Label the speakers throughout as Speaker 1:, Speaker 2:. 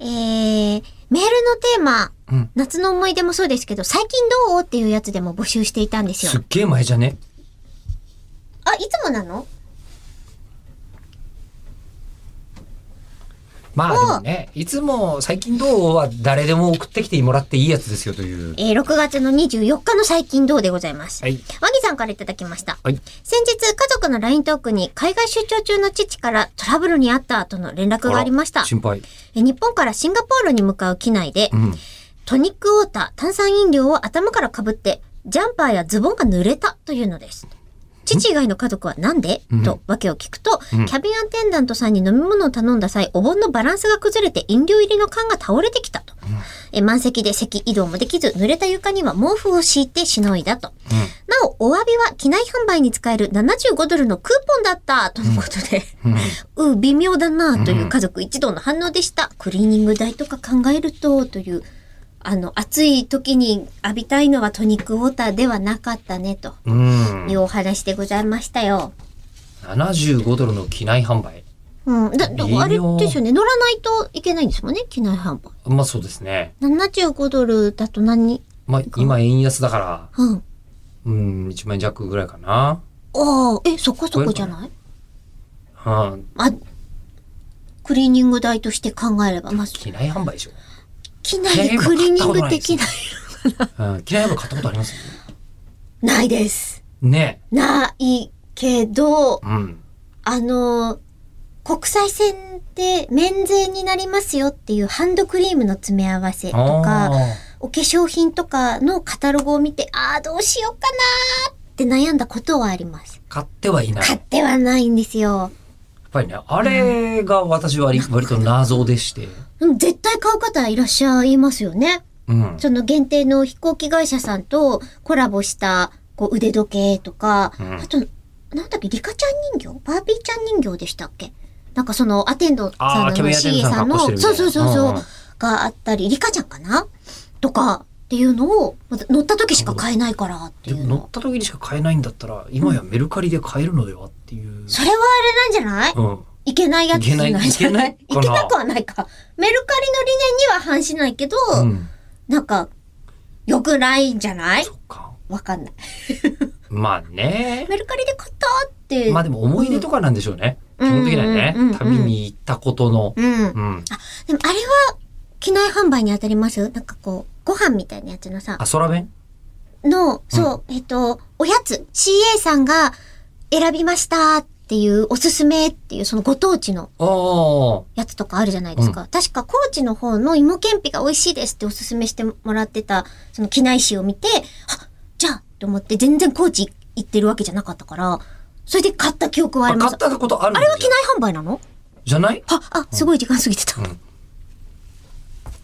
Speaker 1: えー、メールのテーマ、
Speaker 2: うん
Speaker 1: 夏の思い出もそうですけど、最近どうっていうやつでも募集していたんですよ
Speaker 2: す。っげえ前じゃね
Speaker 1: あ、いつもなの
Speaker 2: まあでもね、いつも最近どうは誰でも送ってきてもらっていいやつですよという。
Speaker 1: えー、6月の24日の最近どうでございます。
Speaker 2: はい。
Speaker 1: 和木さんからいただきました。
Speaker 2: はい。
Speaker 1: 先日、家族の LINE トークに海外出張中の父からトラブルにあったとの連絡がありました。
Speaker 2: 心配。
Speaker 1: えー日本からシンガポールに向かう機内で
Speaker 2: う、ん。
Speaker 1: トニックウォーター、炭酸飲料を頭から被って、ジャンパーやズボンが濡れたというのです。父以外の家族はなんで
Speaker 2: うん
Speaker 1: と訳を聞くと、
Speaker 2: うん
Speaker 1: キャビンアテンダントさんに飲み物を頼んだ際、お盆のバランスが崩れて飲料入りの缶が倒れてきたと。え満席で席移動もできず、濡れた床には毛布を敷いてしのいだと。なお、お詫びは機内販売に使える75ドルのクーポンだったとのことで、
Speaker 2: うん。
Speaker 1: うう、微妙だなという家族一同の反応でした。クリーニング代とか考えると、という、あの、暑い時に浴びたいのはトニックウォーターではなかったね、と
Speaker 2: うん。
Speaker 1: いうお話でございましたよ。
Speaker 2: 75ドルの機内販売。
Speaker 1: うん。だ、だ
Speaker 2: 微妙
Speaker 1: あれですよね。乗らないといけないんですもんね、機内販売。
Speaker 2: まあそうですね。
Speaker 1: 75ドルだと何
Speaker 2: まあ今円安だから、
Speaker 1: うん。
Speaker 2: うん、1万円弱ぐらいかな。
Speaker 1: ああ、え、そこそこじゃない
Speaker 2: うん。
Speaker 1: あ、クリーニング代として考えれば、まあ、
Speaker 2: 機内販売でしょ。
Speaker 1: 機内でクリーニングできない。
Speaker 2: うん。機内販売買ったことあります
Speaker 1: ないです。
Speaker 2: ね
Speaker 1: ないけど、
Speaker 2: え。うん。
Speaker 1: あの、国際線で免税になりますよっていうハンドクリームの詰め合わせと
Speaker 2: あ
Speaker 1: か、お化粧品とかのカタログを見て、ああ、どうしようかなーって悩んだことはあります。
Speaker 2: ー買ってはいない。
Speaker 1: 買
Speaker 2: や
Speaker 1: っ
Speaker 2: って
Speaker 1: はないんですよ。
Speaker 2: ぱりね、あれが私は割割と謎でして。
Speaker 1: でも絶対買う方いらっしゃいますよね。
Speaker 2: うん。
Speaker 1: その限定の飛行機会社さんとコラボしたこう腕時計とか、
Speaker 2: うん
Speaker 1: あと、なんだっけ、リカちゃん人形バービーちゃん人形でしたっけなんかそのアテンドさ
Speaker 2: あ
Speaker 1: ん
Speaker 2: ーキャ
Speaker 1: の
Speaker 2: ビンアテン
Speaker 1: CA
Speaker 2: ド
Speaker 1: さ
Speaker 2: さ
Speaker 1: ん
Speaker 2: んの
Speaker 1: の、
Speaker 2: 格好してるみたい
Speaker 1: そうそ
Speaker 2: な
Speaker 1: うそうそう、
Speaker 2: うんうん
Speaker 1: があったり、リカちゃんかなとかっていうのを、まだ乗った時しか買えないからってい
Speaker 2: でも
Speaker 1: う
Speaker 2: 乗っ
Speaker 1: の。
Speaker 2: た時にしか買えないんだったら、今やメルカリで買えるのではっていう。
Speaker 1: それはあれなんじゃない、
Speaker 2: うん。
Speaker 1: いけないやつなんじゃ ない
Speaker 2: いけないいけないかない
Speaker 1: けなくはないか。メルカリの理念には反しないけど、
Speaker 2: うん。
Speaker 1: なんか、良くないんじゃない
Speaker 2: そっか。
Speaker 1: わかんない。
Speaker 2: まあね。
Speaker 1: メルカリで買ったって。
Speaker 2: まあでも思い出とかなんでしょうね。
Speaker 1: うん
Speaker 2: 基本的にはね
Speaker 1: うんうんうんうん。
Speaker 2: 旅に行ったことの。
Speaker 1: うん。
Speaker 2: うん。
Speaker 1: でもあれは、機内販売に当たりますなんかこう、ご飯みたいなやつのさ
Speaker 2: あ、、空弁
Speaker 1: の、そう、えっと、おやつ、CA さんが選びましたっていう、おすすめっていう、そのご当地の
Speaker 2: ああ。
Speaker 1: やつとかあるじゃないですか。確か、高知の方の芋けんぴが美味しいですっておすすめしてもらってた、その機内誌を見て、あ、じゃあ、と思って全然高知行ってるわけじゃなかったから、それで買った記憶はあ
Speaker 2: あ
Speaker 1: りま
Speaker 2: 買
Speaker 1: す
Speaker 2: っ。たことあるん
Speaker 1: あ
Speaker 2: だ
Speaker 1: れは機
Speaker 2: じゃ
Speaker 1: 内販売なの
Speaker 2: じゃない
Speaker 1: あ、あ、すごい時間過ぎてた。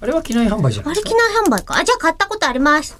Speaker 2: あれは機内販売じゃ
Speaker 1: あ
Speaker 2: ない
Speaker 1: れ機内販売か。あ、じゃあ買ったことあります。